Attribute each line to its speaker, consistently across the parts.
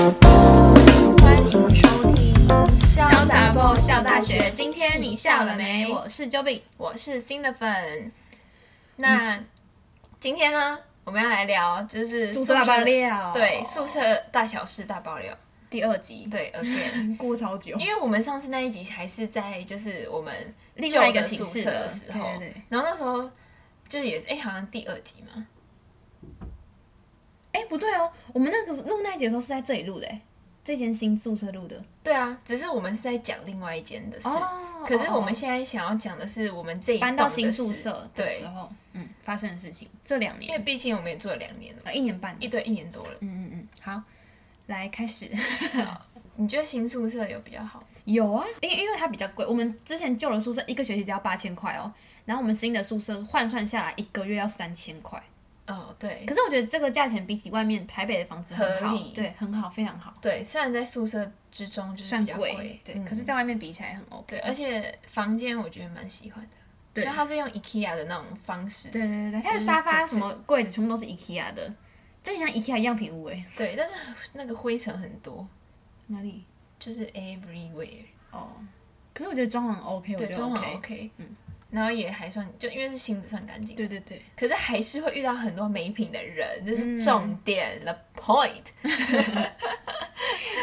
Speaker 1: 欢迎收听《潇
Speaker 2: 潇
Speaker 1: 洒
Speaker 2: 洒
Speaker 1: b
Speaker 2: 爆
Speaker 1: 笑
Speaker 2: 笑
Speaker 1: 大
Speaker 2: 大
Speaker 1: 学》。
Speaker 2: 学，今
Speaker 1: 今天
Speaker 2: 天
Speaker 1: 你
Speaker 2: 你
Speaker 1: 笑
Speaker 2: 笑
Speaker 1: 了
Speaker 2: 了
Speaker 1: 没？
Speaker 2: 没？
Speaker 1: 我
Speaker 2: 我是 Joey，我是新的粉。那、今天呢，我们要来聊就是
Speaker 1: 宿舍大爆料
Speaker 2: 对，宿舍大小事大爆料，
Speaker 1: 第二集，
Speaker 2: 对，again。
Speaker 1: 过超久
Speaker 2: 因为我们上次那一集还是在就是我们
Speaker 1: 另
Speaker 2: 旧
Speaker 1: 外一个
Speaker 2: 的
Speaker 1: 寝
Speaker 2: 宿
Speaker 1: 室
Speaker 2: 舍
Speaker 1: 的
Speaker 2: 的时候，
Speaker 1: 对对对
Speaker 2: 然后那时候就是也是哎、好像第二集嘛，
Speaker 1: 哎、不对哦，我们那个录那一集的时候是在这里录的、哎这间新宿舍录的。
Speaker 2: 对啊，只是我们是在讲另外一间的事。
Speaker 1: 哦
Speaker 2: 可是我们现在想要讲的是我们这一
Speaker 1: 搬
Speaker 2: 栋
Speaker 1: 到
Speaker 2: 的
Speaker 1: 新
Speaker 2: 事
Speaker 1: 宿舍的
Speaker 2: 对
Speaker 1: 时，候，嗯，发生的事情，这两
Speaker 2: 因为
Speaker 1: 年，
Speaker 2: 毕竟我们也住了两年了，
Speaker 1: 呃，一年半，
Speaker 2: 一对一年多了。
Speaker 1: 嗯嗯嗯，好，来开始。
Speaker 2: 你觉得新宿舍有比较好？
Speaker 1: 有啊，因因为它比较贵，我们之前旧的宿舍一个学期只要八千块哦，然后我们新的宿舍换算下来一个月要三千块。
Speaker 2: 哦，对
Speaker 1: 可是我觉得这个价钱比起外面台北的房子很好
Speaker 2: 合理，
Speaker 1: 对，很好，非常好，
Speaker 2: 对，虽然在宿舍之中就是
Speaker 1: 算
Speaker 2: 比较贵，
Speaker 1: 对。
Speaker 2: 嗯
Speaker 1: 可是在外面比起来很 OK。
Speaker 2: 对，而且房间我觉得蛮喜欢的，
Speaker 1: 对
Speaker 2: 就它是用 IKEA 的那种方式，
Speaker 1: 对对对对，它的沙发什么柜子全部都是 IKEA 的，就很像 IKEA 样品屋哎。
Speaker 2: 对，但是那个灰尘很多，
Speaker 1: 哪里？
Speaker 2: 就是 everywhere，
Speaker 1: 哦，可是我觉得装潢 OK，我
Speaker 2: 对，
Speaker 1: 觉得
Speaker 2: 装
Speaker 1: OK。
Speaker 2: 潢 OK，嗯，然后也还算，就因为是新的算干净，
Speaker 1: 对对对，
Speaker 2: 可是还是会遇到很多没品的人，这
Speaker 1: 嗯
Speaker 2: 是重点了 point。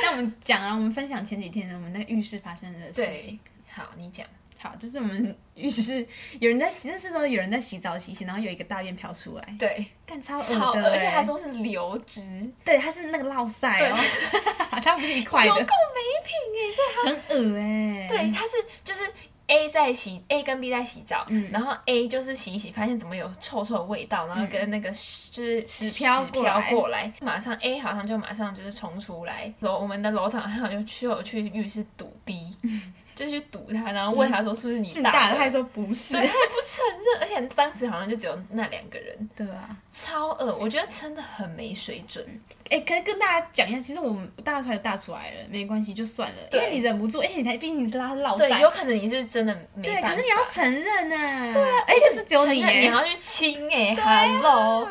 Speaker 1: 那我们讲啊，我们分享前几天的我们那个浴室发生的事情
Speaker 2: 对。，好，你讲，
Speaker 1: 好，就是我们浴室有人在洗，那是说有人在洗澡洗洗，然后有一个大便飘出来，
Speaker 2: 对，
Speaker 1: 干超
Speaker 2: 超，
Speaker 1: 恶的、
Speaker 2: 而且
Speaker 1: 欸，
Speaker 2: 他说是流汁，
Speaker 1: 对，它是那个落塞哦， 它不是一块
Speaker 2: 有够
Speaker 1: 的，
Speaker 2: 没品哎，所以
Speaker 1: 很恶哎、欸，
Speaker 2: 对，它是就是 A 在洗，A 跟 B 在洗澡，然后 A 就是洗一洗，发现怎么有臭臭的味道，然后跟那个屎就是
Speaker 1: 屎
Speaker 2: 嗯屎
Speaker 1: 飘过来
Speaker 2: 过来，马上 A 好像就马上就是冲出来，楼我们的楼长还有就去有去浴室堵 B，就去堵他，然后问他说是不嗯是你
Speaker 1: 是你
Speaker 2: 打
Speaker 1: 大
Speaker 2: 的，
Speaker 1: 的，他还说不是
Speaker 2: 对，，他还不承认，而且当时好像就只有那两个人，
Speaker 1: 对啊，
Speaker 2: 超恶，我觉得真的很没水准，
Speaker 1: 哎、可以跟大家讲一下，其实我们大出来就大出来了，没关系，就算了，因
Speaker 2: 对
Speaker 1: 为你忍不住，而且你才毕竟你是拉落
Speaker 2: 对，有
Speaker 1: 哦塞，
Speaker 2: 可能你是真的没
Speaker 1: 对，
Speaker 2: 办
Speaker 1: 可
Speaker 2: 法
Speaker 1: 是你要承认呐、对啊，哎、就是只有你、啊
Speaker 2: 承认你
Speaker 1: 欸，
Speaker 2: 还要去亲哎、欸、，Hello，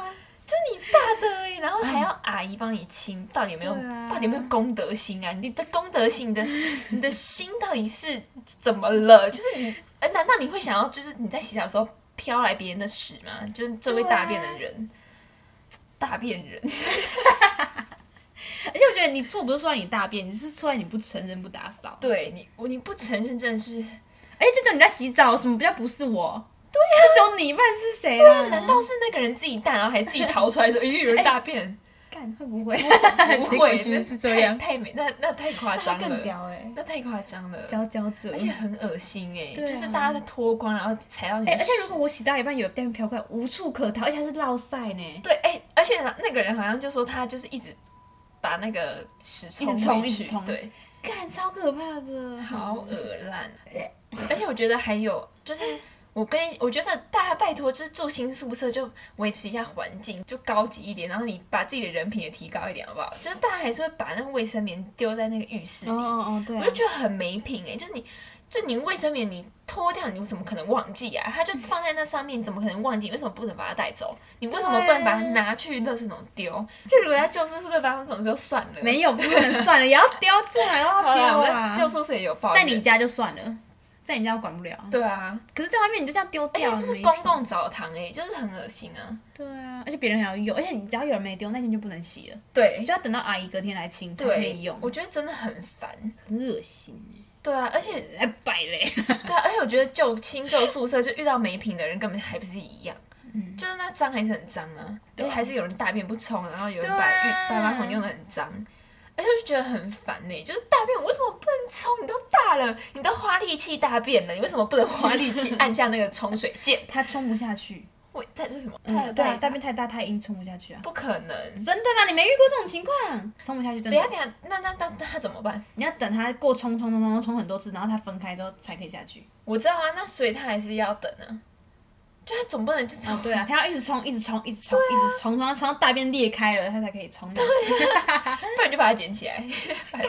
Speaker 2: 就你大的哎、然后还要阿姨帮你亲，到底有没有、
Speaker 1: 对啊
Speaker 2: 到底有没有公德心啊？你的公德心，你的 你的心到底是怎么了？就是你，呃，难道你会想要就是你在洗澡的时候飘来别人的屎吗？就是这位
Speaker 1: 对啊
Speaker 2: 大便的人，大便 人，
Speaker 1: 而且我觉得你错不是说你大便，你是出来你不承认不打扫。
Speaker 2: 对你，我你不承认真的是，
Speaker 1: 哎、就叫你在洗澡，什么不叫不是我？对啊呀、就只有你，不然是谁啦？
Speaker 2: 难道是那个人自己大，然后还自己逃出来 说，咦，有
Speaker 1: 哎
Speaker 2: 人大便？
Speaker 1: 干会不会？
Speaker 2: 不
Speaker 1: 不
Speaker 2: 会，
Speaker 1: 会，其
Speaker 2: 那
Speaker 1: 实是这样，
Speaker 2: 太太美，那那太夸张了，
Speaker 1: 哎、欸，
Speaker 2: 那太夸张了，
Speaker 1: 佼佼者。
Speaker 2: 而且很恶心哎、
Speaker 1: 对啊
Speaker 2: 就是大家在脱光，然后踩到你的
Speaker 1: 哎、
Speaker 2: 屎、
Speaker 1: 而且如果我洗到一半有便飘过来，无处可逃，而且还是落塞呢，
Speaker 2: 对哎、而且那个人好像就说他就是一直把那个屎
Speaker 1: 一
Speaker 2: 冲
Speaker 1: 直冲
Speaker 2: 回
Speaker 1: 一
Speaker 2: 去
Speaker 1: 直冲
Speaker 2: 对，
Speaker 1: 干超可怕的。
Speaker 2: 好恶烂。而且我觉得还有就是。我跟我觉得大家拜托，就是住新宿舍就维持一下环境，就高级一点，然后你把自己的人品也提高一点，好不好？就是大家还是会把那个卫生棉丢在那个浴室里，
Speaker 1: 哦哦哦，对、
Speaker 2: 我就觉得很没品哎、就是你，就你卫生棉你脱掉，你怎么可能忘记啊？它就
Speaker 1: 嗯
Speaker 2: 放在那上面，你怎么可能忘记？你为什么不能把它带走？你为什
Speaker 1: 啊
Speaker 2: 么不能把它拿去垃圾桶丢？就如果在旧宿舍发生这种就算了，
Speaker 1: 没有不能算了，也要丢，住哪都
Speaker 2: 好啦，
Speaker 1: 要丢
Speaker 2: 我
Speaker 1: 啊。
Speaker 2: 们旧宿舍也有抱
Speaker 1: 在
Speaker 2: 怨
Speaker 1: 你家就算了，在你家我管不了。
Speaker 2: 对啊，
Speaker 1: 可是，在外面你就这样丢
Speaker 2: 而且
Speaker 1: 掉，
Speaker 2: 就是
Speaker 1: 没
Speaker 2: 公共澡堂哎、就是很恶心啊。
Speaker 1: 对啊，而且别人还要用，而且你只要有人没丢，那天就不能洗了，
Speaker 2: 对
Speaker 1: 你就要等到阿姨隔天来清才可以
Speaker 2: 对
Speaker 1: 用，，
Speaker 2: 我觉得真的很烦。
Speaker 1: 很恶心欸
Speaker 2: 对啊，而且
Speaker 1: 哎，败类。
Speaker 2: 对啊，而且我觉得旧新旧宿舍就遇到没品的人，根本还不是一样。
Speaker 1: 嗯
Speaker 2: 就是那脏还是很脏啊，而且还是有人大便不冲，然后有人把
Speaker 1: 对
Speaker 2: 浴
Speaker 1: 啊
Speaker 2: 把马桶用的很脏，而且我就觉得很烦呢、就是大便我为什么不能冲？你都大了，你都花力气大便了，你为什么不能花力气按下那个冲水 键？
Speaker 1: 他冲不下去，
Speaker 2: 我他就是什么？
Speaker 1: 嗯
Speaker 2: 太
Speaker 1: 对啊，
Speaker 2: 太
Speaker 1: 大便太大太硬，冲不下去啊！
Speaker 2: 不可能。
Speaker 1: 真的啦，你没遇过这种情况，冲不下去真
Speaker 2: 等一下
Speaker 1: 的，
Speaker 2: 等一下，那那那那他怎么办？
Speaker 1: 你要等它过冲冲冲冲冲很多次，然后它分开之后才可以下去。
Speaker 2: 我知道啊，那所以他还是要等啊，就他总不能就冲
Speaker 1: 哦，对啊，它要一直冲，一直冲，一直冲，一直冲，冲到冲到大便裂开了，它才可以冲下去。
Speaker 2: 不然就把它捡起来，把它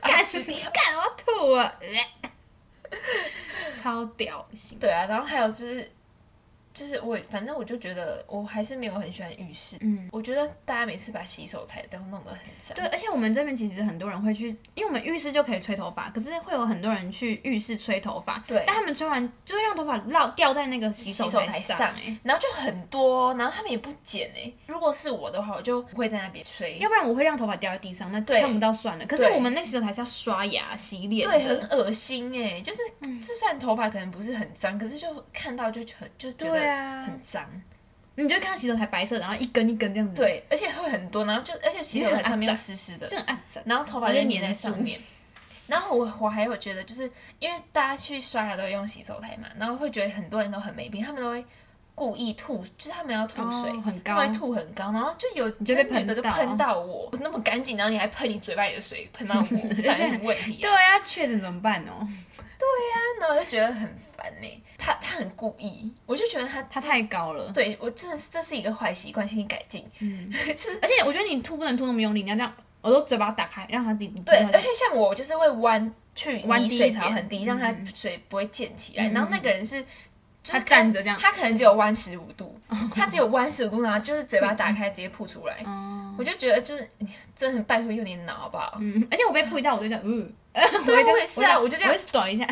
Speaker 2: 把 它
Speaker 1: 干
Speaker 2: 吃掉。
Speaker 1: 干，我要吐呃了，超屌心。
Speaker 2: 对啊，然后还有就是就是我反正我就觉得我还是没有很喜欢浴室。
Speaker 1: 嗯，
Speaker 2: 我觉得大家每次把洗手台都弄得很脏。
Speaker 1: 对，而且我们这边其实很多人会去，因为我们浴室就可以吹头发，可是会有很多人去浴室吹头发，
Speaker 2: 对
Speaker 1: 但他们吹完就会让头发落掉在那个洗手
Speaker 2: 洗手台
Speaker 1: 上、
Speaker 2: 上
Speaker 1: 欸，
Speaker 2: 然后就很多，然后他们也不剪哎、如果是我的话，我就不会在那边吹，
Speaker 1: 要不然我会让头发掉在地上，那
Speaker 2: 对
Speaker 1: 看不到算了。可是
Speaker 2: 对
Speaker 1: 我们那洗手台是要刷牙、洗脸
Speaker 2: 对，
Speaker 1: 的
Speaker 2: 很恶心哎、
Speaker 1: 欸
Speaker 2: 就是
Speaker 1: 嗯
Speaker 2: 就算头发可能不是很脏，可是就看到就很就觉
Speaker 1: 对
Speaker 2: 得
Speaker 1: 啊，
Speaker 2: 很脏。
Speaker 1: 你就看到洗手台白色，然后一根一根这样子，，
Speaker 2: 对，而且会很多，然后就而且洗手
Speaker 1: 因为
Speaker 2: 台
Speaker 1: 很
Speaker 2: 上面
Speaker 1: 肮
Speaker 2: 又湿湿的，
Speaker 1: 就很暗沉。
Speaker 2: 然后头发
Speaker 1: 有
Speaker 2: 就粘
Speaker 1: 点
Speaker 2: 在
Speaker 1: 黏住
Speaker 2: 上面。然后我我还有觉得，就是因为大家去刷牙都会用洗手台嘛，然后会觉得很多人都很没病，他们都会故意吐，就是他们要吐水，
Speaker 1: 哦很
Speaker 2: 他
Speaker 1: 高
Speaker 2: 们会吐很高，然后就有
Speaker 1: 你就被
Speaker 2: 真的有的
Speaker 1: 喷
Speaker 2: 就
Speaker 1: 到
Speaker 2: 喷到我，我那么干净，然后你还喷你嘴巴里的水喷 到我，到底是什么问题、
Speaker 1: 对
Speaker 2: 啊？
Speaker 1: 啊，确诊怎么办哦？
Speaker 2: 然后我就觉得很烦呢、他他很故意，我就觉得他
Speaker 1: 它太高了，
Speaker 2: 对我真的是这是一个坏习惯，请你改进。
Speaker 1: 嗯而且我觉得你吐不能吐那么用力，你要这样，我都嘴巴打开，让它自己
Speaker 2: 对，
Speaker 1: 让它
Speaker 2: 而且像我就是会弯去
Speaker 1: 弯
Speaker 2: 离
Speaker 1: 低
Speaker 2: 水
Speaker 1: 一
Speaker 2: 槽
Speaker 1: 点嗯
Speaker 2: 很低，让它水不会溅起来。然后那个人是，就是
Speaker 1: 它站着这样哦
Speaker 2: 他可能只有弯十五度， 他只有弯十五度，然后就是嘴巴打开直接吐出来。我就觉得就是你真的拜托用点脑好不好？
Speaker 1: 嗯，而且我被扑一到，我就这样，嗯，
Speaker 2: 对，我
Speaker 1: 我
Speaker 2: 也是啊，我就这样
Speaker 1: 我会爽一下，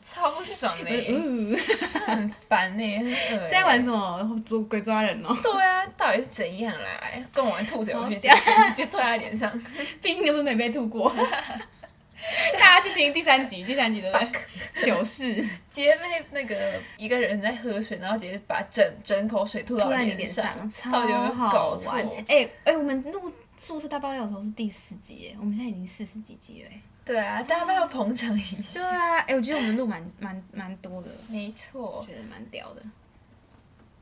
Speaker 2: 超不爽的、欸，
Speaker 1: 嗯，
Speaker 2: 真的很烦呢、欸，很恶欸
Speaker 1: 现在玩什么捉鬼抓人哦？
Speaker 2: 对啊，到底是怎样啦？跟我玩吐水游戏，
Speaker 1: 好
Speaker 2: 直接直接吐在他脸上。
Speaker 1: 毕竟你又不是没被吐过。 大家去听第三集，第三集 的
Speaker 2: Fuck
Speaker 1: 糗事，
Speaker 2: 直接被那个一个人在喝水，然后直接把整整口水吐到
Speaker 1: 吐在你
Speaker 2: 脸
Speaker 1: 脸上，超
Speaker 2: 到底有没有
Speaker 1: 好
Speaker 2: 搞错？
Speaker 1: 玩。哎、哎、我们录宿舍大爆料的时候是第四集耶，我们现在已经四十几集了耶。
Speaker 2: 对啊，大家拜托捧场一
Speaker 1: 对
Speaker 2: 下。
Speaker 1: 啊，哎、我觉得我们录蛮蛮蛮多的，
Speaker 2: 没
Speaker 1: 我
Speaker 2: 错，
Speaker 1: 觉得蛮屌的。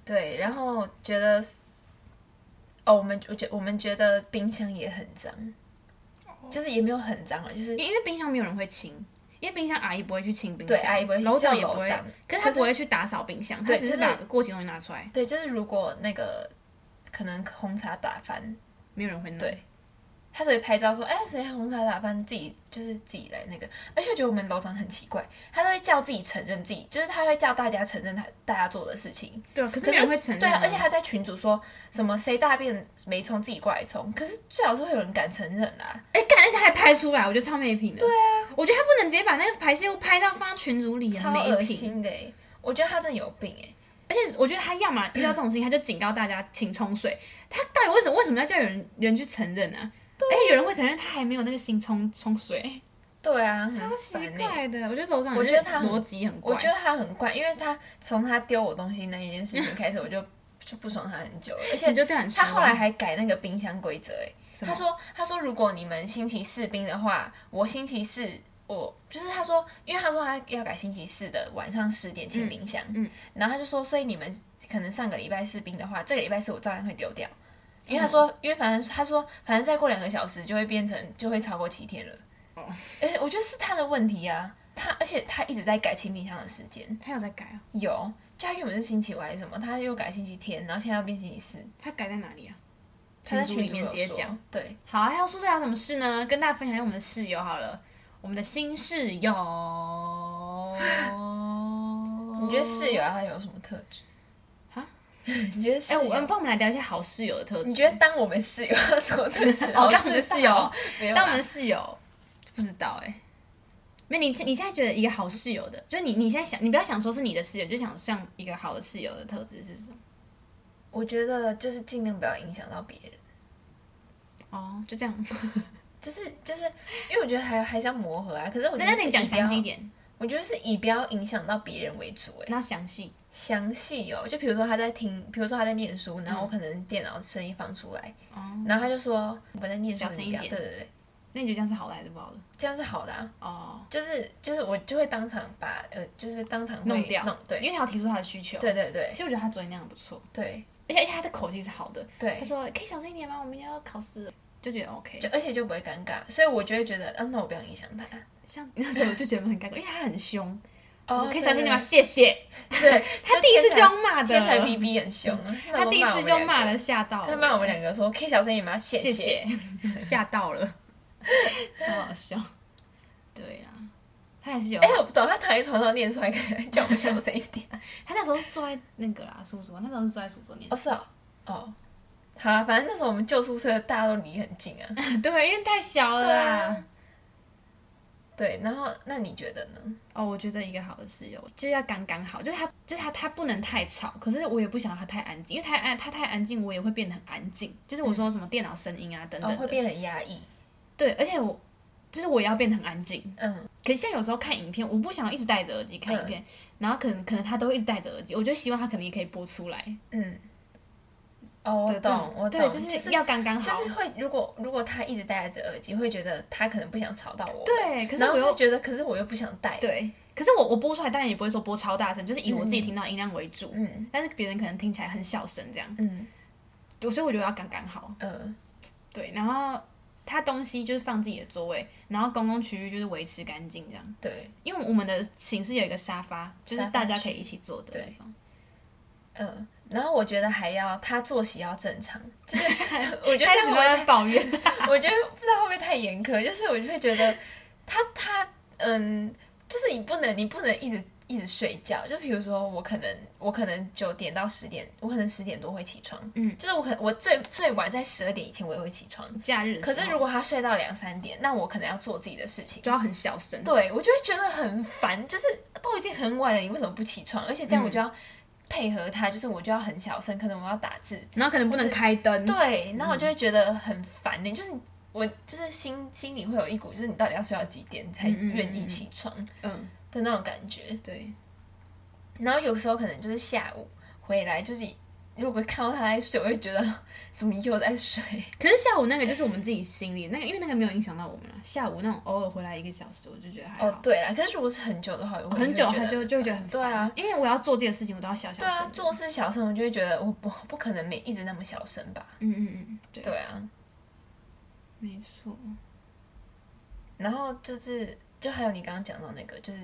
Speaker 2: 对，然后觉得，哦，我们我觉我们觉得冰箱也很脏，就是也没有很脏啊，就是
Speaker 1: 因因为哦冰箱没有人会清，因为冰箱阿姨不会去清冰
Speaker 2: 对
Speaker 1: 箱，
Speaker 2: 阿姨不会去
Speaker 1: 楼长
Speaker 2: 叫
Speaker 1: 也不
Speaker 2: 楼
Speaker 1: 会
Speaker 2: 长，
Speaker 1: 可是
Speaker 2: 可
Speaker 1: 她
Speaker 2: 是
Speaker 1: 不会去打扫冰箱，她
Speaker 2: 对
Speaker 1: 只是
Speaker 2: 就是
Speaker 1: 把过期东西拿出来，
Speaker 2: 对，就是如果那个可能红茶打翻，
Speaker 1: 没有人会弄。
Speaker 2: 对他只会拍照说，哎，谁红茶打翻，自己就是自己来那个。而且我觉得我们楼长很奇怪，他都会叫自己承认自己，就是他会叫大家承认他大家做的事情。
Speaker 1: 对啊，可是
Speaker 2: 可
Speaker 1: 没
Speaker 2: 是
Speaker 1: 有人会承认
Speaker 2: 对
Speaker 1: 啊。
Speaker 2: 啊，
Speaker 1: 嗯
Speaker 2: 而且他在群主说什么谁大便没冲自己过来冲，可是最好是会有人敢承认啊。
Speaker 1: 哎，干，而且还拍出来，我觉得超没品的。对啊，我觉得他不能直接把那个排泄物拍到放到群组里，
Speaker 2: 超
Speaker 1: 很没
Speaker 2: 恶
Speaker 1: 品。
Speaker 2: 心的欸、我觉得他真的有病哎、
Speaker 1: 而且我觉得他要么遇到这种事情，他就警告大家请冲水。他到底为什么为什么要叫有人人去承认啊？而且有人会承认他还没有那个心冲冲水，
Speaker 2: 对啊，
Speaker 1: 超
Speaker 2: 很
Speaker 1: 奇
Speaker 2: 烦欸。
Speaker 1: 怪的。我觉得楼长，
Speaker 2: 我觉得他很
Speaker 1: 逻辑很怪。
Speaker 2: 我觉得他很怪，因为他从他丢我东西那一件事情开始，我就就不爽他很久了，而且
Speaker 1: 你就对他很失
Speaker 2: 他
Speaker 1: 望
Speaker 2: 后来还改那个冰箱规则、欸，
Speaker 1: 什么
Speaker 2: 他说他说如果你们星期四冰的话，我星期四我就是他说，因为他说他要改星期四的晚上十点清冰箱，
Speaker 1: 嗯
Speaker 2: 然后他就说，所以你们可能上个礼拜四冰的话，这个礼拜四我照样会丢掉。因为他说，
Speaker 1: 哦
Speaker 2: 因为反正他说，反正再过两个小时就会变成，就会超过七天了。
Speaker 1: 哦
Speaker 2: 而且我觉得是他的问题啊，他而且他一直在改清冰箱的时间，
Speaker 1: 他有在改啊，
Speaker 2: 有，就他原本是星期五还是什么，他又改星期天，然后现在要变星期四。
Speaker 1: 他改在哪里啊？
Speaker 2: 他在
Speaker 1: 群
Speaker 2: 群
Speaker 1: 组
Speaker 2: 里
Speaker 1: 里面
Speaker 2: 面
Speaker 1: 直
Speaker 2: 直
Speaker 1: 接
Speaker 2: 接
Speaker 1: 讲
Speaker 2: 讲，对，
Speaker 1: 好，还有宿舍还有什么事呢？跟大家分享一下我们的室友好了，我们的新室友。
Speaker 2: 你觉得室友他有什么特质？
Speaker 1: 啊？
Speaker 2: 你觉得室
Speaker 1: 哎、我
Speaker 2: 友？
Speaker 1: 们帮我们来聊一下好室友的特质。
Speaker 2: 你觉得当我们室友有什么特质？
Speaker 1: 哦，当我们室友，
Speaker 2: 没有啦，
Speaker 1: 当我们室友，不知道哎、没你，你现在觉得一个好室友的，就是你，你现在想，你不要想说是你的室友，就想像一个好的室友的特质是什么？
Speaker 2: 我觉得就是尽量不要影响到别人，
Speaker 1: 哦，就这样。
Speaker 2: 就是就是因为我觉得还还是要磨合啊。可是我觉
Speaker 1: 那
Speaker 2: 得
Speaker 1: 那
Speaker 2: 是
Speaker 1: 你讲
Speaker 2: 以不
Speaker 1: 详
Speaker 2: 要
Speaker 1: 细一，点，
Speaker 2: 我觉得是以不要影响到别人为主、欸，
Speaker 1: 然后详细。
Speaker 2: 详细哦，就比如说他在听，比如说他在念书，
Speaker 1: 嗯
Speaker 2: 然后我可能电脑声音放出来，然后他就说我在念书
Speaker 1: 小，声
Speaker 2: 你不要
Speaker 1: 一
Speaker 2: 对
Speaker 1: 点
Speaker 2: 对对，
Speaker 1: 哦那你觉得这样是好的还是不好的？
Speaker 2: 这样是好的、啊，
Speaker 1: 哦，
Speaker 2: 就是就是我就会当场把呃，就是当场会
Speaker 1: 弄掉，
Speaker 2: 弄对
Speaker 1: 因为他要提出他的需求。
Speaker 2: 对对对
Speaker 1: 其实我觉得他昨天那样不错，
Speaker 2: 对
Speaker 1: 而且而且他的口气是好的。他
Speaker 2: 对，
Speaker 1: 说可以小声一点吗？我们要考试了，就觉得 OK。
Speaker 2: 就而且就不会尴尬，所以我就会觉得，嗯、那我不要影响他。
Speaker 1: 像那时候我就觉得很尴尬，因为他很凶。
Speaker 2: 哦
Speaker 1: 我可以小声一点吗？？谢谢。
Speaker 2: 对对，对
Speaker 1: 他第一次就要
Speaker 2: 天
Speaker 1: 骂
Speaker 2: 才
Speaker 1: 的，
Speaker 2: 天
Speaker 1: 嗯
Speaker 2: 才 B B 很凶啊，那
Speaker 1: 他
Speaker 2: 我都
Speaker 1: 第一
Speaker 2: 骂我
Speaker 1: 次
Speaker 2: 们
Speaker 1: 就
Speaker 2: 两
Speaker 1: 骂
Speaker 2: 个
Speaker 1: 了，，吓到。
Speaker 2: 他骂我们两个说可以小声一点吗？谢
Speaker 1: 谢谢，吓到了，超好笑。对啦，啊他也是有
Speaker 2: 哎、，我不懂，他躺在床上念出来， 可能叫我们小声一点。
Speaker 1: 他那时候是住在那个啦宿舍，那时候是住在宿舍念。
Speaker 2: 哦，是哦，哦，好啊，反正那时候我们旧宿舍大家都离很近啊。
Speaker 1: 对，啊因为太小了啦。
Speaker 2: 对，然后那你觉得呢？
Speaker 1: 哦，我觉得一个好的室友就是要刚刚好，就是他，就是他，他不能太吵，可是我也不想要他太安静，因为太安他太安静，我也会变得很安静。就是我说什么电脑声音啊等
Speaker 2: 哦，
Speaker 1: 等
Speaker 2: 会
Speaker 1: 的，
Speaker 2: 变很压抑。
Speaker 1: 对，而且我就是我也要变得很安静。
Speaker 2: 嗯，
Speaker 1: 可是像有时候看影片，我不想一直戴着耳机看影片，然后可能可能他都会一直戴着耳机，我就希望他可能也可以播出来。
Speaker 2: 嗯，哦，我
Speaker 1: 对这
Speaker 2: 懂
Speaker 1: 种，
Speaker 2: 我懂，
Speaker 1: 对，
Speaker 2: 就是
Speaker 1: 是要刚刚好。
Speaker 2: 就是会，如果如果他一直戴着耳机，会觉得他可能不想吵到我，，
Speaker 1: 对，可是
Speaker 2: 然
Speaker 1: 我
Speaker 2: 后就
Speaker 1: 又
Speaker 2: 觉得，可是我又不想戴，，
Speaker 1: 对，可是我我播出来当然也不会说播超大声，就是以我自己听到的音量为主，
Speaker 2: 嗯
Speaker 1: 但是别人可能听起来很小声这样，
Speaker 2: 嗯
Speaker 1: 所以我觉得要刚刚好。
Speaker 2: 呃，
Speaker 1: 对，然后他东西就是放自己的座位，然后公共区域就是维持干净这样。
Speaker 2: 对，
Speaker 1: 因为我们的寝室有一个沙发，就是
Speaker 2: 沙发
Speaker 1: 大家
Speaker 2: 区
Speaker 1: 可以一起坐的那种。
Speaker 2: 呃，然后我觉得还要他作息要正常， 就是我觉得
Speaker 1: 开
Speaker 2: 这
Speaker 1: 始
Speaker 2: 样
Speaker 1: 慢
Speaker 2: 会
Speaker 1: 慢抱怨，
Speaker 2: 我觉得不知道会不会太严苛，就是我就会觉得他他嗯，就是你不能你不能一直一直睡觉，就比如说我可能我可能九点到十点，我可能十点多会起床，
Speaker 1: 嗯，
Speaker 2: 就是我可我最最晚在十二点以前我也会起床，
Speaker 1: 假日的
Speaker 2: 可
Speaker 1: 时
Speaker 2: 是
Speaker 1: 候
Speaker 2: 如果他睡到两三点，那我可能要做自己的事情。
Speaker 1: 就要很小声。
Speaker 2: 对，我就会觉得很烦，就是都已经很晚了，你为什么不起床？而且这样
Speaker 1: 嗯
Speaker 2: 我就要配合他，就是我就要很小声，可能我要打字，
Speaker 1: 然后可能不能开灯，
Speaker 2: 对，然后我就会觉得很烦呢、就是我就是心心里会有一股，就是你到底要睡到几点才
Speaker 1: 嗯嗯嗯
Speaker 2: 愿意
Speaker 1: 嗯
Speaker 2: 起床
Speaker 1: 嗯，
Speaker 2: 的那种感觉。
Speaker 1: 对，
Speaker 2: 然后有时候可能就是下午回来，就是如果看到他在睡，我会觉得 怎么又在睡？
Speaker 1: 可是下午那个就是我们自己心里那个，因为那个没有影响到我们啊。下午那种偶尔回来一个小时，我就觉得还好。
Speaker 2: 哦，对啦，可是如果是很久的话，我
Speaker 1: 哦
Speaker 2: 会
Speaker 1: 很久
Speaker 2: 会觉
Speaker 1: 他
Speaker 2: 得
Speaker 1: 就就会觉得很烦
Speaker 2: 对啊，
Speaker 1: 因为我要做这件事情，我都要小小
Speaker 2: 对啊
Speaker 1: 声，。
Speaker 2: 做事小声，我就会觉得我不不可能每一直那么小声吧？
Speaker 1: 嗯嗯嗯，对，
Speaker 2: 对啊，
Speaker 1: 没错。
Speaker 2: 然后就是，就还有你刚刚讲到那个，就是，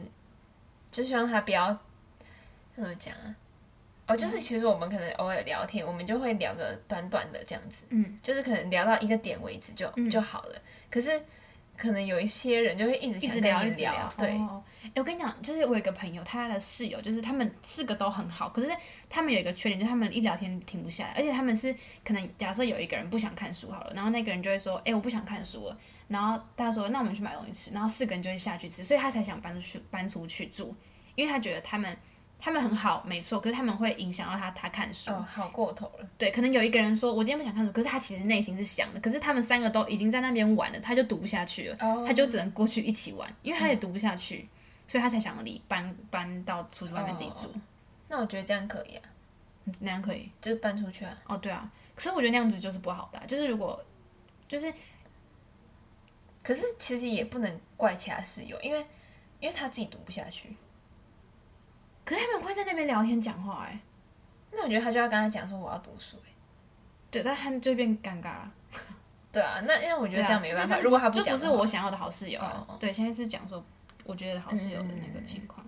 Speaker 2: 就希望他不要怎么讲啊？
Speaker 1: 嗯
Speaker 2: 哦，就是其实我们可能偶尔聊天，我们就会聊个短短的这样子，
Speaker 1: 嗯，
Speaker 2: 就是可能聊到一个点为止就、
Speaker 1: 嗯
Speaker 2: 就好了。可是可能有一些人就会一直
Speaker 1: 一
Speaker 2: 想
Speaker 1: 直
Speaker 2: 跟
Speaker 1: 聊，
Speaker 2: 你
Speaker 1: 一直聊。
Speaker 2: 对，
Speaker 1: 哦哎、我跟你讲，就是我有一个朋友，他的室友就是他们四个都很好，可是他们有一个缺点，就是他们一聊天停不下来，而且他们是可能假设有一个人不想看书好了，然后那个人就会说，哎、我不想看书了，然后大家说，那我们去买东西吃，然后四个人就会下去吃，所以他才想搬出去搬出去住，因为他觉得他们。他们很好，没错，可是他们会影响到他，他看书。
Speaker 2: 哦，好过头了，
Speaker 1: 对，可能有一个人说，我今天不想看书，可是他其实内心是想的，可是他们三个都已经在那边玩了，他就读不下去了。
Speaker 2: 哦
Speaker 1: 他就只能过去一起玩，因为他也读不下去，所以他才想离搬搬到出去外面自己住，
Speaker 2: 哦
Speaker 1: 嗯
Speaker 2: 那我觉得这样可以啊，
Speaker 1: 那样可以。
Speaker 2: 就是搬出去啊，
Speaker 1: 哦，对啊，可是我觉得那样子就是不好的啊、就是如果就是
Speaker 2: 可是其实也不能怪其他室友，因为因为他自己读不下去，
Speaker 1: 可是他们会在那边聊天讲话、哎，
Speaker 2: 那我觉得他就要跟他讲说我要读书、欸，
Speaker 1: 对，但他们就会变尴尬了。
Speaker 2: 对啊，那那我觉
Speaker 1: 对
Speaker 2: 得
Speaker 1: 啊，
Speaker 2: 这样没办
Speaker 1: 就
Speaker 2: 法，
Speaker 1: 就是
Speaker 2: 如果他
Speaker 1: 就
Speaker 2: 讲
Speaker 1: 不
Speaker 2: 的
Speaker 1: 是
Speaker 2: 话
Speaker 1: 我想要的好室友、啊
Speaker 2: 哦哦
Speaker 1: 对，现在是讲说我觉得好室友的那个
Speaker 2: 嗯
Speaker 1: 情况。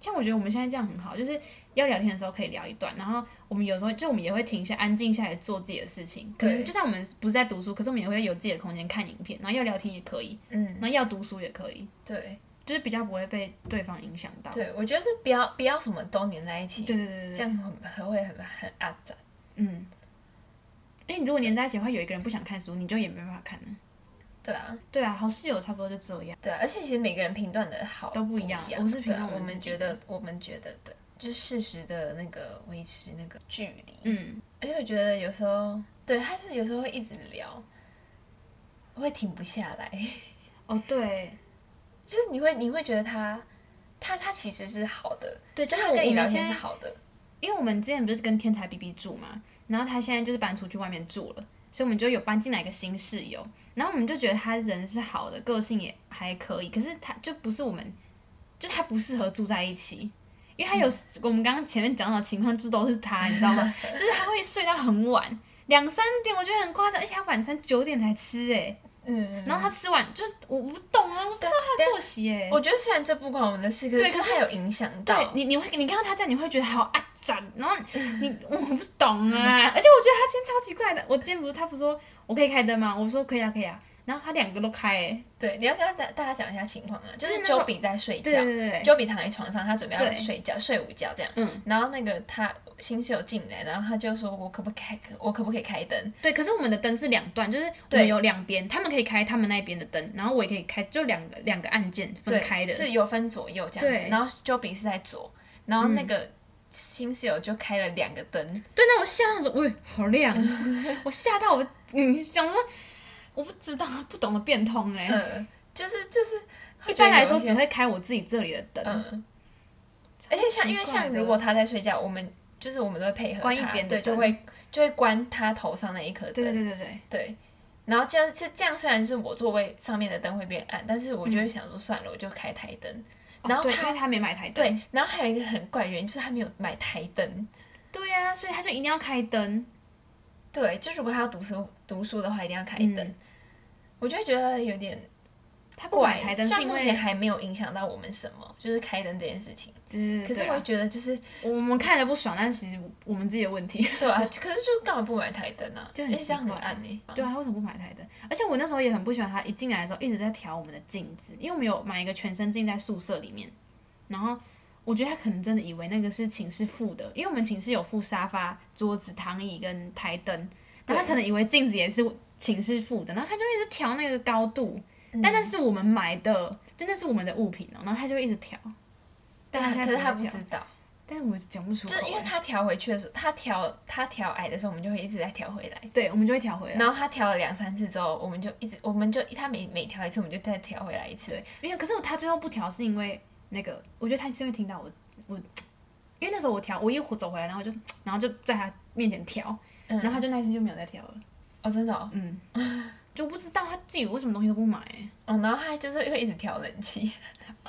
Speaker 1: 像我觉得我们现在这样很好，就是要聊天的时候可以聊一段，然后我们有时候就我们也会停下，安静下来做自己的事情。可能
Speaker 2: 对
Speaker 1: 就算我们不是在读书，可是我们也会有自己的空间看影片，然后要聊天也可以，
Speaker 2: 嗯，
Speaker 1: 然后要读书也可以，
Speaker 2: 对
Speaker 1: 就是比较不会被对方影响到。
Speaker 2: 对，我觉得是不要不要什么都粘在一起，
Speaker 1: 对对对对
Speaker 2: 这
Speaker 1: 对，
Speaker 2: 样很很会很很阿杂。
Speaker 1: 嗯。因为你如果黏在一起的话，有一个人不想看书，你就也没办法看了。
Speaker 2: 对啊，
Speaker 1: 对啊，好室友差不多就这样。
Speaker 2: 对啊，而且其实每个人评断的好
Speaker 1: 都不
Speaker 2: 不
Speaker 1: 一样
Speaker 2: 样
Speaker 1: 我是评
Speaker 2: 对啊
Speaker 1: 断我
Speaker 2: 我
Speaker 1: 自
Speaker 2: 们
Speaker 1: 己
Speaker 2: 觉
Speaker 1: 的
Speaker 2: 得我们觉得的，就事实的那个维持那个距离。
Speaker 1: 嗯，
Speaker 2: 而且我觉得有时候，对，他是有时候会一直聊，会停不下来，
Speaker 1: 哦对
Speaker 2: 就是你会你会觉得他他他其实是好的，
Speaker 1: 对，
Speaker 2: 就
Speaker 1: 就是
Speaker 2: 他
Speaker 1: 我
Speaker 2: 跟你
Speaker 1: 我
Speaker 2: 聊
Speaker 1: 们
Speaker 2: 天
Speaker 1: 现
Speaker 2: 是
Speaker 1: 在
Speaker 2: 好的，
Speaker 1: 因为我们之前不是跟天才 B B 住嘛，然后他现在就是搬出去外面住了，所以我们就有搬进来一个新室友，然后我们就觉得他人是好的，个性也还可以，可是他就不是我们，就他不适合住在一起。因为他有、我们刚刚前面讲到的情况，就都是他，你知道吗？ 就是他会睡到很晚，两三点，我觉得很夸张，而且他晚餐九点才吃，哎，
Speaker 2: 嗯。
Speaker 1: 然后他吃完就是我我不懂啊，我不知道他的作息，哎，
Speaker 2: 我觉得虽然这不关我们的事，可
Speaker 1: 对
Speaker 2: 是就
Speaker 1: 可
Speaker 2: 是
Speaker 1: 是
Speaker 2: 它有影响到，
Speaker 1: 对你，你会你看到他这样，你会觉得好啊赞，然后 你我不懂啊，而且我觉得他今天超奇怪的。我今天不是他不是说我可以开灯吗？我说可以啊可以啊，然后他两个都开、欸，
Speaker 2: 对，你要跟大大家讲一下情况啊，就
Speaker 1: 就是
Speaker 2: 是
Speaker 1: 那个
Speaker 2: Joby 在睡觉
Speaker 1: 对对对对，
Speaker 2: ，Joby 躺在床上，他准备要
Speaker 1: 对
Speaker 2: 睡觉，睡午觉这样。
Speaker 1: 嗯，
Speaker 2: 然后那个他新室友进来，然后他就说：“我可不可以开？我可不可以开灯
Speaker 1: 对。可是我们的灯是两段，就是我
Speaker 2: 对
Speaker 1: 们有两边，他们可以开他们那边的灯，然后我也可以开，就两个两个按键？”分
Speaker 2: 对
Speaker 1: 开的。
Speaker 2: 是有分左右这样子。
Speaker 1: 对嗯
Speaker 2: 然后 Joby 是在左，然后那个新室友就开了两个 灯，
Speaker 1: 对，那我吓到说，喂，好亮！啊 我吓到我，嗯，想说我不知道，不懂得变通哎、
Speaker 2: 嗯，就是就是，
Speaker 1: 一般来说
Speaker 2: 会觉
Speaker 1: 只
Speaker 2: 得有
Speaker 1: 会开我自己这里的灯，
Speaker 2: 一天嗯，而且像因为像如果他在睡觉，我们就是我们都会配合
Speaker 1: 关一
Speaker 2: 他
Speaker 1: 边的
Speaker 2: 对，就
Speaker 1: 灯
Speaker 2: 会就会关他头上那一颗灯，
Speaker 1: 对对对对对，
Speaker 2: 对，然后这样是这样，虽然是我座位上面的灯会变暗，但是我就会想说算了，我就开台灯。然
Speaker 1: 嗯哦
Speaker 2: 后
Speaker 1: 对，因
Speaker 2: 他、
Speaker 1: 为他没买台灯，
Speaker 2: 对，然后还有一个很怪的原因就是他没有买台灯。
Speaker 1: 对呀、所以他就一定要开灯，
Speaker 2: 对，就如果他要读书读书的话，一定要开灯。
Speaker 1: 嗯
Speaker 2: 我就会觉得有点
Speaker 1: 他不
Speaker 2: 怪
Speaker 1: 买，台灯
Speaker 2: 虽
Speaker 1: 是
Speaker 2: 然
Speaker 1: 因
Speaker 2: 目
Speaker 1: 为
Speaker 2: 前还没有影响到我们什么，就是开灯这件事情。
Speaker 1: 对对对
Speaker 2: 可是
Speaker 1: 对
Speaker 2: 我
Speaker 1: 啊
Speaker 2: 会觉得就是
Speaker 1: 我们看着不爽，但其实我们自己的问题。
Speaker 2: 对啊，可是就干嘛不买台灯啊？
Speaker 1: 就
Speaker 2: 而
Speaker 1: 很
Speaker 2: 且这样
Speaker 1: 奇
Speaker 2: 很
Speaker 1: 怪
Speaker 2: 暗呢、欸。
Speaker 1: 对啊，为什么不买台灯？而且我那时候也很不喜欢他一进来的时候一直在调我们的镜子，因为我们有买一个全身镜在宿舍里面，然后我觉得他可能真的以为那个是寝室附的，因为我们寝室有附沙发、桌子、躺椅跟台灯，然后他可能以为镜子也是寝室附的，然后他就一直调那个高度，
Speaker 2: 嗯
Speaker 1: 但那是我们买的，就那是我们的物品哦、然后他就一直调，
Speaker 2: 但
Speaker 1: 现在
Speaker 2: 啊可是他
Speaker 1: 不
Speaker 2: 不
Speaker 1: 会
Speaker 2: 知道，
Speaker 1: 但是我讲不出口
Speaker 2: 就
Speaker 1: 欸、
Speaker 2: 是因为他调回去的时候，他调他调矮的时候，我们就会一直在调回来。
Speaker 1: 对，啊我们就会调回来。
Speaker 2: 然后他调了两三次之后，我们就一直，我们就他每每调一次，我们就再调回来一次。
Speaker 1: 对，因为可是他最后不调是因为那个，我觉得他是因为听到我我，因为那时候我调，我一走回来，然后就然后就在他面前调，
Speaker 2: 嗯
Speaker 1: 然后他就那一次就没有再调了，
Speaker 2: 哦，真的哦，
Speaker 1: 嗯，就不知道他自己为什么东西都不买、欸
Speaker 2: 哦，然后他就是会一直调冷气，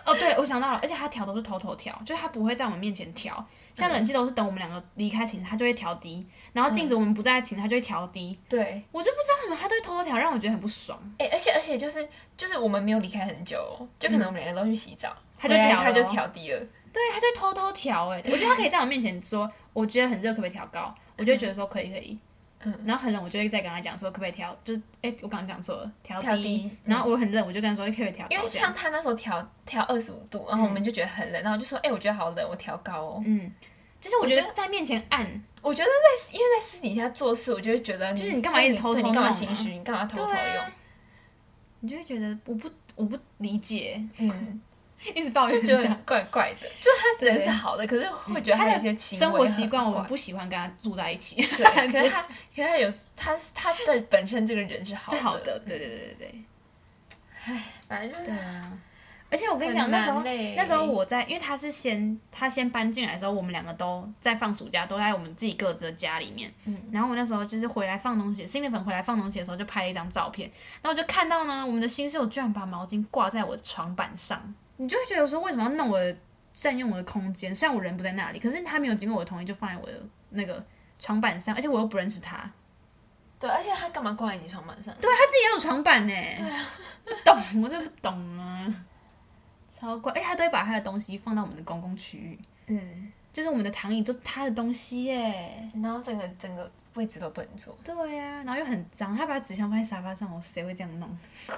Speaker 1: 哦，对，我想到了，而且他调都是偷偷调，就是他不会在我们面前调，像冷气都是等我们两个离开寝室，他就会调低，然后镜子我们不在寝室，他就会调低，
Speaker 2: 对，
Speaker 1: 我就不知道为什么他都会偷偷调，让我觉得很不爽。
Speaker 2: 哎，而且而且就是就是我们没有离开很久哦，就可能我们两个都去洗澡，
Speaker 1: 嗯他就
Speaker 2: 回来
Speaker 1: 调了
Speaker 2: 他就
Speaker 1: 哦
Speaker 2: 调低了，
Speaker 1: 对，他就偷偷调哎、我觉得他可以在我面前说，我觉得很热，可不可以调高？我就会觉得说可以可以，
Speaker 2: 嗯，
Speaker 1: 然后很冷，我就会再跟他讲说可不可以调，就是哎、我刚刚讲错了，调低。
Speaker 2: 调低嗯
Speaker 1: 然后我很冷，我就跟他说可不可以调高
Speaker 2: 因为
Speaker 1: 哦这样。
Speaker 2: 像他那时候调调二十五度，然后我们就觉得很冷，然后就说，哎，我觉得好冷，我调高哦。
Speaker 1: 嗯，就是我觉得在面前按，
Speaker 2: 我觉得在因为在私底下做事，我就会觉得
Speaker 1: 就是你干嘛一直偷偷
Speaker 2: 对你干嘛
Speaker 1: 弄啊
Speaker 2: 心虚，你干嘛偷偷
Speaker 1: 对啊
Speaker 2: 用，
Speaker 1: 你就会觉得我不我不理解，
Speaker 2: 嗯。
Speaker 1: 一直抱
Speaker 2: 就
Speaker 1: 怨
Speaker 2: 觉得
Speaker 1: 他。
Speaker 2: 很怪怪的，就他人
Speaker 1: 对
Speaker 2: 是好的，可是会觉得
Speaker 1: 他
Speaker 2: 有一些
Speaker 1: 的
Speaker 2: 行
Speaker 1: 生
Speaker 2: 为
Speaker 1: 活
Speaker 2: 很
Speaker 1: 习惯我
Speaker 2: 怪
Speaker 1: 们不喜欢跟他住在一起，
Speaker 2: 对，可是他，可是他有他他的本身这个人是好
Speaker 1: 是好
Speaker 2: 的，
Speaker 1: 的，对对对对对。
Speaker 2: 反正就是
Speaker 1: 啊，而且我跟你讲，
Speaker 2: 很
Speaker 1: 那时候
Speaker 2: 难嘞
Speaker 1: 那时候我在，因为他是先他先搬进来的时候，我们两个都在放暑假，都在我们自己各自的家里面。嗯，然后我那时候就是回来放东西，新的粉回来放东西的时候，就拍了一张照片，然后我就看到呢，我们的新室友居然把毛巾挂在我的床板上，你就会觉得说为什么要弄我的占用我的空间？虽然我人不在那里，可是他没有经过我的同意就放在我的那个床板上，而且我又不认识他，
Speaker 2: 对，而且他干嘛挂在你床板上？
Speaker 1: 对他自己也有床板呢。对啊，不懂，我真的不懂啊，超怪！哎、他都会把他的东西放到我们的公共区域，
Speaker 2: 嗯，
Speaker 1: 就是我们的躺椅都是他的东西耶。
Speaker 2: 哎然后整个整个位置都不能坐，
Speaker 1: 对呀、然后又很脏，他把纸箱放在沙发上，我谁会这样弄？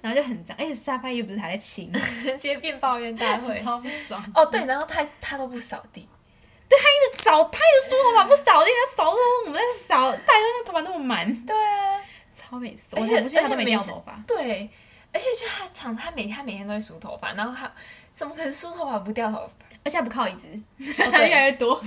Speaker 1: 然后就很脏，而且沙发又不是还在清，
Speaker 2: 直接变抱怨大会。
Speaker 1: 超不爽。
Speaker 2: 哦，对，然后他他都不扫地，
Speaker 1: 一直扫，他一直梳头发不扫地，他扫的我们在扫，拜托那头发那么满，
Speaker 2: 对啊，
Speaker 1: 超美死！
Speaker 2: 而
Speaker 1: 我
Speaker 2: 且
Speaker 1: 才不信他
Speaker 2: 而且
Speaker 1: 都没
Speaker 2: 每
Speaker 1: 掉
Speaker 2: 次
Speaker 1: 头发。
Speaker 2: 对，而且就他常他每他每天都会梳头发，然后他怎么可能梳头发不掉头发？
Speaker 1: 而且还不靠椅子，
Speaker 2: 对
Speaker 1: 越来越 多。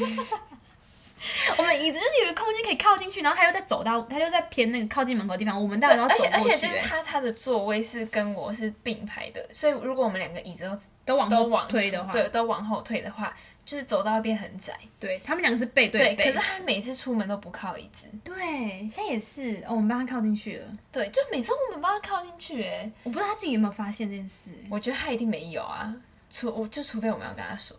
Speaker 1: 我们椅子就是有个空间可以靠进去，然后他又在走到，他又在偏那个靠近门口的地方，我们当
Speaker 2: 对，
Speaker 1: 然要
Speaker 2: 而
Speaker 1: 走
Speaker 2: 且而
Speaker 1: 过
Speaker 2: 且
Speaker 1: 去、
Speaker 2: 就是
Speaker 1: 欸
Speaker 2: 他他的座位是跟我是并排的，所以如果我们两个椅子都
Speaker 1: 都往
Speaker 2: 都
Speaker 1: 后
Speaker 2: 往
Speaker 1: 推的
Speaker 2: 出
Speaker 1: 话，
Speaker 2: 对，都往后退的话，就是走道会变很窄。
Speaker 1: 对他们两个是背背。
Speaker 2: 可是他每次出门都不靠椅子，
Speaker 1: 对，现在也是，哦，我们帮他靠进去了。
Speaker 2: 对，就每次我们帮他靠进去，哎，
Speaker 1: 我不知道他自己有没有发现这件事、欸
Speaker 2: 我觉得他一定没有啊，除我就除非我们要跟他说，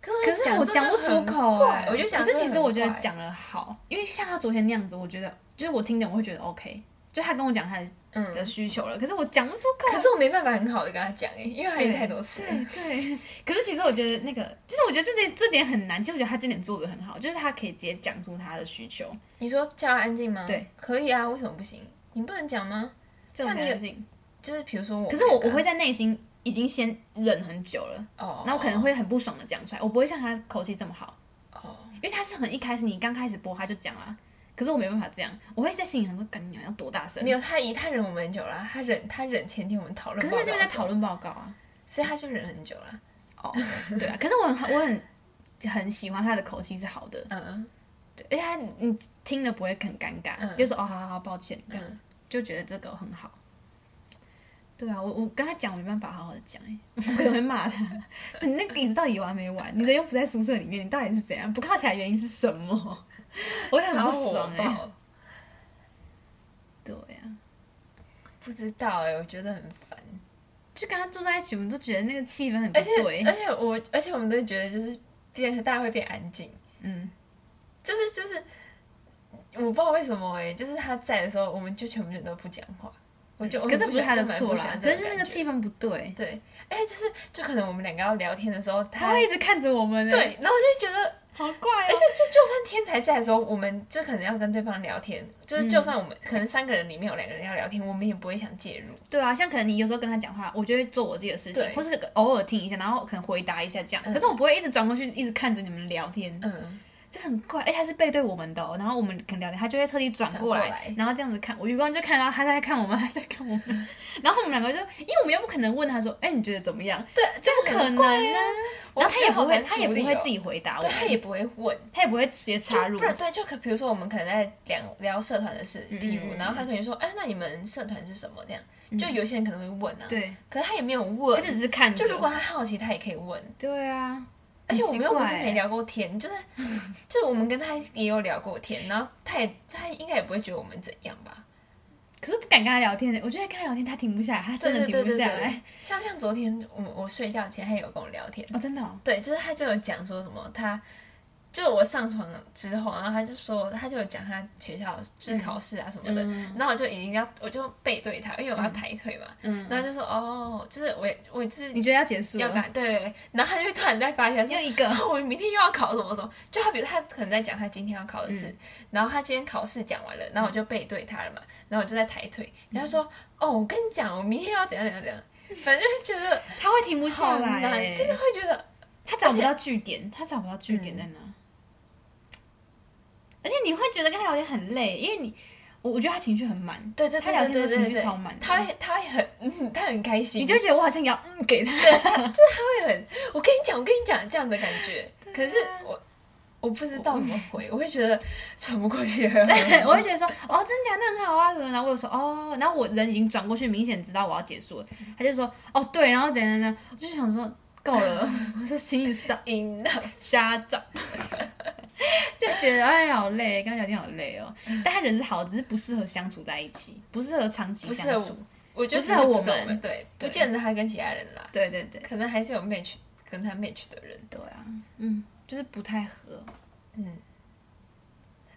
Speaker 2: 可
Speaker 1: 可是我
Speaker 2: 讲
Speaker 1: 讲不
Speaker 2: 真的
Speaker 1: 出
Speaker 2: 很
Speaker 1: 口、
Speaker 2: 怪
Speaker 1: 欸，
Speaker 2: 我觉得讲
Speaker 1: 可是
Speaker 2: 真的
Speaker 1: 其实
Speaker 2: 很
Speaker 1: 我觉得
Speaker 2: 怪，
Speaker 1: 讲了好，因为像他昨天那样子，我觉得就是我听的我会觉得 OK，就他跟我讲他的
Speaker 2: 嗯，
Speaker 1: 的需求了，可是我讲不出口。
Speaker 2: 可是我没办法很好的跟他讲，哎，因为他有太多次了，
Speaker 1: 对对，可是其实我觉得那个，就是我觉得这点这点很难。其实我觉得他这点做的很好，就是他可以直接讲出他的需求。
Speaker 2: 你说叫他安静吗？
Speaker 1: 对，
Speaker 2: 可以啊，为什么不行？你不能讲吗？
Speaker 1: 这种
Speaker 2: 像你有
Speaker 1: 个性。Oh
Speaker 2: 就是比如说我
Speaker 1: 可
Speaker 2: 那个，
Speaker 1: 是我我会在内心已经先忍很久了，
Speaker 2: 哦，
Speaker 1: 然后可能会很不爽的讲出来，我不会像他口气这么好，
Speaker 2: 哦，
Speaker 1: 因为他是很一开始你刚开始播他就讲啦，可是我没办法这样，我会在心里想说，干你娘要多大
Speaker 2: 哦
Speaker 1: 声
Speaker 2: 没？有他一他忍我们很久了，他忍他忍前天我们讨论，
Speaker 1: 可是那是因为在讨，论报告 啊，
Speaker 2: 所以他就忍很久了。
Speaker 1: 哦，对啊，可是我很我很很喜欢他的口气是好的，
Speaker 2: 嗯
Speaker 1: 对，而且他你听了不会很尴尬，
Speaker 2: 嗯
Speaker 1: 就说哦好好好抱歉，这样
Speaker 2: 嗯，
Speaker 1: 就觉得这个很好。对啊，我我跟他讲，我没办法好好的讲、欸，我可能会骂他。你那个椅子到底有完没完？你人又不在宿舍里面，你到底是怎样？不靠起来的原因是什么？ 我也很不爽哎、
Speaker 2: 超
Speaker 1: 欸
Speaker 2: 火。爆
Speaker 1: 对啊，
Speaker 2: 不知道哎、我觉得很烦，
Speaker 1: 就跟他住在一起，我们都觉得那个气氛很不
Speaker 2: 而且
Speaker 1: 对。
Speaker 2: 而且我而且我们都觉得就是变大家会变安静，
Speaker 1: 嗯，
Speaker 2: 就是就是我不知道为什么哎、就是他在的时候，我们就全部人都不讲话，我就我
Speaker 1: 可是
Speaker 2: 很
Speaker 1: 不是
Speaker 2: 喜欢
Speaker 1: 他的
Speaker 2: 我蛮
Speaker 1: 错
Speaker 2: 不喜
Speaker 1: 啦
Speaker 2: 欢，这
Speaker 1: 可
Speaker 2: 种
Speaker 1: 是那
Speaker 2: 感
Speaker 1: 个
Speaker 2: 觉
Speaker 1: 气氛不对，
Speaker 2: 对，哎、就是就可能我们两个要聊天的时候，
Speaker 1: 他会一直看着我们、欸，，
Speaker 2: 对，然后我就觉得
Speaker 1: 好怪
Speaker 2: 而
Speaker 1: 哦、
Speaker 2: 且就就算天才在的时候，我们就可能要跟对方聊天，就是
Speaker 1: 嗯
Speaker 2: 就算我们、可能三个人里面有两个人要聊天，我们也不会想介入。
Speaker 1: 对啊，像可能你有时候跟他讲话，我就会做我自己的事情，
Speaker 2: 对
Speaker 1: 或是偶尔听一下，然后可能回答一下这样。
Speaker 2: 嗯
Speaker 1: 可是我不会一直转过去，一直看着你们聊天。
Speaker 2: 嗯，
Speaker 1: 就很怪，哎、他是背对我们的哦、然后我们可能聊天，他就会特地转过来，
Speaker 2: 转过来嗯
Speaker 1: 然后这样子看，我余光就看到他在看我们，他在看我们，然后我们两个就，因为我们又不可能问他说，哎、你觉得怎么样？
Speaker 2: 对，
Speaker 1: 这不可能啊！然后他也不会，他也不会自
Speaker 2: 己，
Speaker 1: 己回答
Speaker 2: 哦
Speaker 1: 我
Speaker 2: 对
Speaker 1: 们，
Speaker 2: 他也不会问，
Speaker 1: 他也不会直接插入
Speaker 2: 不，然对，就可比如说我们可能在聊聊社团的事，比如，
Speaker 1: 嗯
Speaker 2: 然后他可能说，哎，那你们社团是什么？这样，就有些人可能会问啊，，
Speaker 1: 对，
Speaker 2: 可是他也没有
Speaker 1: 他
Speaker 2: 问
Speaker 1: 就，只是看着。
Speaker 2: 就如果他好奇，他也可以问。
Speaker 1: 对啊，
Speaker 2: 而且我们又不
Speaker 1: 很
Speaker 2: 是
Speaker 1: 奇怪欸
Speaker 2: 没聊过天，就是就我们跟他也有聊过天，然后他也他应该也不会觉得我们怎样吧？
Speaker 1: 可是不敢跟他聊天的，我觉得跟他聊天他停不下来，他真的停不
Speaker 2: 对
Speaker 1: 下
Speaker 2: 对对对
Speaker 1: 来。
Speaker 2: 像像昨天我我睡觉前，他也有跟我聊天，
Speaker 1: 哦，真的、哦，
Speaker 2: 对，就是他就有讲说什么他。就我上床之后，然后他就说，他就有讲他学校就是考试啊什么的，
Speaker 1: 嗯
Speaker 2: 然后我就已经要，我就背对他，因为我要抬腿嘛，
Speaker 1: 嗯，
Speaker 2: 然后就说哦，就是我也我就是
Speaker 1: 你觉得要结束
Speaker 2: 要
Speaker 1: 了？
Speaker 2: 赶对，然后他就突然在发现说
Speaker 1: 又，一个，
Speaker 2: 然后 我明天又要考什么什么，就他比如他可能在讲他今天要考的事，
Speaker 1: 嗯
Speaker 2: 然后他今天考试讲完了，然后我就背对他了嘛，然后我就在抬腿，
Speaker 1: 嗯
Speaker 2: 然后他说、哦，我跟你讲，我明天要怎样怎样怎样，反正就觉得
Speaker 1: 他会停不下
Speaker 2: 好
Speaker 1: 来
Speaker 2: 难，
Speaker 1: 欸，
Speaker 2: 就是会觉得
Speaker 1: 他找不到据点，他找不到据点在哪。而且你会觉得跟他聊天很累，因为你，我我觉得他情绪很满，
Speaker 2: 对对
Speaker 1: 他
Speaker 2: 对
Speaker 1: 聊
Speaker 2: 对
Speaker 1: 天的
Speaker 2: 对
Speaker 1: 情
Speaker 2: 对
Speaker 1: 绪
Speaker 2: 对
Speaker 1: 超满的，
Speaker 2: 他会他会很 嗯，他很开心，
Speaker 1: 你就觉得我好像也要嗯给他，
Speaker 2: 会很我跟你讲，我跟你讲这样的感觉，可是
Speaker 1: 啊
Speaker 2: 我。我不知道怎么回，我会觉得喘不过气 来。
Speaker 1: 对，我会觉得说哦真假那很好啊什么，然后我有说哦，然后我人已经转过去，明显知道我要结束了，他就说哦对，然后怎样怎样，我就想说够了，我说请你 stop，
Speaker 2: enough，
Speaker 1: 瞎找， 就觉得哎好累，跟他聊天好累哦，但他人是好，只是不适合相处在一起，不适合长期
Speaker 2: 不适
Speaker 1: 相
Speaker 2: 合
Speaker 1: 处，
Speaker 2: 我觉得
Speaker 1: 不适合
Speaker 2: 不
Speaker 1: 我
Speaker 2: 是
Speaker 1: 们
Speaker 2: 们，对，不
Speaker 1: 对
Speaker 2: 见得他跟其他人啦，
Speaker 1: 对对对。
Speaker 2: 可能还是有 match 跟他 match 的人。
Speaker 1: 对啊，嗯，就是不太合。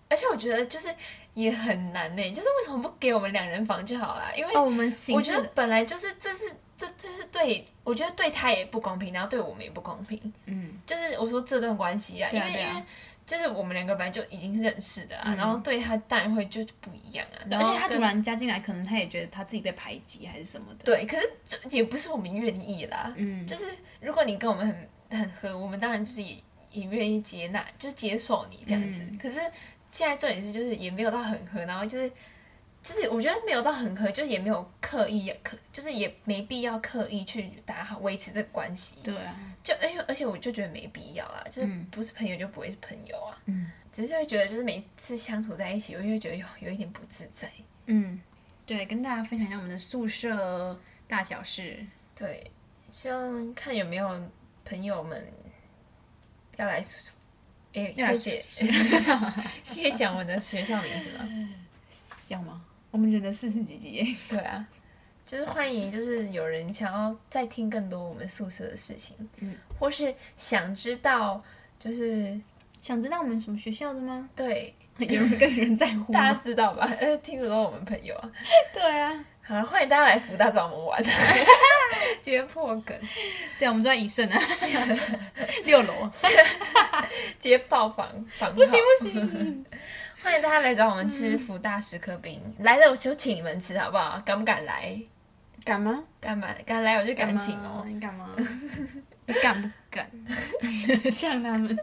Speaker 2: 而且我觉得就是也很难呢、欸就是为什么不给我们两人房就好啦？啊因为
Speaker 1: 哦，我们
Speaker 2: 我
Speaker 1: 形
Speaker 2: 觉
Speaker 1: 式
Speaker 2: 得本来就是这是这这是对，我觉得对他也不公平，然后对我们也不公平。
Speaker 1: 嗯，
Speaker 2: 就是我说这段关系啊，
Speaker 1: 对啊
Speaker 2: 因为
Speaker 1: 对啊
Speaker 2: 因为就是我们两个本来就已经认识的啊，
Speaker 1: 嗯
Speaker 2: 然后对他当然会就不一样啊。
Speaker 1: 对
Speaker 2: 然
Speaker 1: 而
Speaker 2: 后
Speaker 1: 且他
Speaker 2: 跟
Speaker 1: 突然加进来，可能他也觉得他自己被排挤还是什么的。
Speaker 2: 对，可是这也不是我们愿意啦。
Speaker 1: 嗯，
Speaker 2: 就是如果你跟我们很很合，我们当然就是也也愿意接纳，就接受你这样子。
Speaker 1: 嗯
Speaker 2: 可是现在重点是，就是也没有到很合，然后就是就是我觉得没有到很合，就是也没有刻意刻，就是也没必要刻意去打好维持这个关系。
Speaker 1: 对啊，
Speaker 2: 就因为而且我就觉得没必要啊，就是不是朋友就不会是朋友啊。
Speaker 1: 嗯，
Speaker 2: 只是会觉得就是每次相处在一起，我就会觉得有有一点不自在。
Speaker 1: 嗯，对，跟大家分享一下我们的宿舍大小事。
Speaker 2: 对，希望看有没有朋友们要来宿，诶、
Speaker 1: 要来
Speaker 2: 可以解 可以讲我的学校名字吗？
Speaker 1: 笑吗？我们忍了四十几集耶，
Speaker 2: 对啊，就是欢迎，就是有人想要再听更多我们宿舍的事情，
Speaker 1: 嗯，
Speaker 2: 或是想知道，就是
Speaker 1: 想知道我们什么学校的吗？
Speaker 2: 对
Speaker 1: 有人跟有人在乎
Speaker 2: 大家
Speaker 1: 吗？
Speaker 2: 知道吧？ 呃，听着都是我们朋友啊。
Speaker 1: 对啊，
Speaker 2: 好了，欢迎大家来福大找我们玩， 今天破梗，
Speaker 1: 对啊，我们住在宜盛 啊，六楼。
Speaker 2: 直接爆房房不
Speaker 1: 不行不行，
Speaker 2: 欢迎大家来找我们吃福大十颗冰，来了我就请你们吃好不好？敢不敢来？
Speaker 1: 敢吗？
Speaker 2: 敢嘛？敢来我就敢请哦。
Speaker 1: 吗你敢吗？ 你敢不敢？呛他们，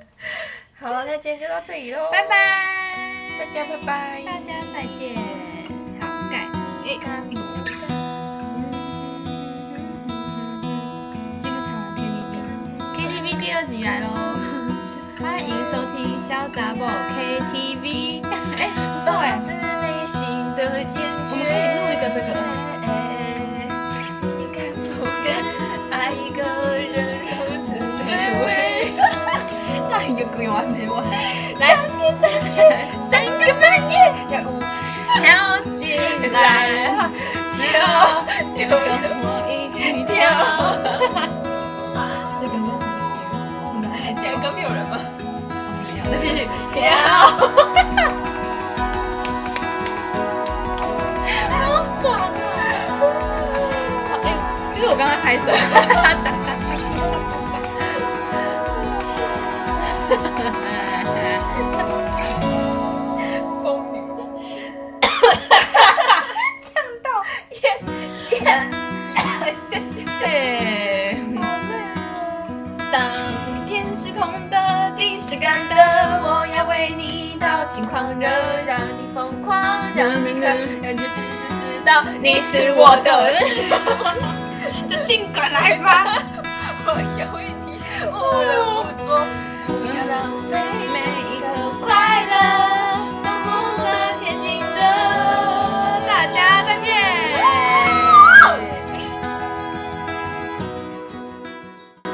Speaker 2: 好，那今天就到这里喽，
Speaker 1: 拜，拜，
Speaker 2: 大家拜拜，
Speaker 1: 大家再见。好，盖，哎，刚刚那个我盖，这个唱 KTV，KTV 第二集来喽，欢迎收听潇洒宝 KTV。哎，不错哎
Speaker 2: 发，自内心的坚决。
Speaker 1: 我们可以录一个这个
Speaker 2: 你敢不敢爱一个人如此卑微？
Speaker 1: 那一个鬼完没完？ 来，三个半夜，跳进来，
Speaker 2: 跳，
Speaker 1: 就跟我一起跳。这个应该是我们来
Speaker 2: 现在跟没有人吗？
Speaker 1: 没有，那继续
Speaker 2: 跳。
Speaker 1: 好爽啊！就是我刚才拍手，
Speaker 2: 疯女人。
Speaker 1: 对。当天是空的，地是干的，我要为你到情狂热，让你疯狂，让你看，让你知就知道你是我的。就尽 管来吧，
Speaker 2: 哦我要为你无论无措，不要浪费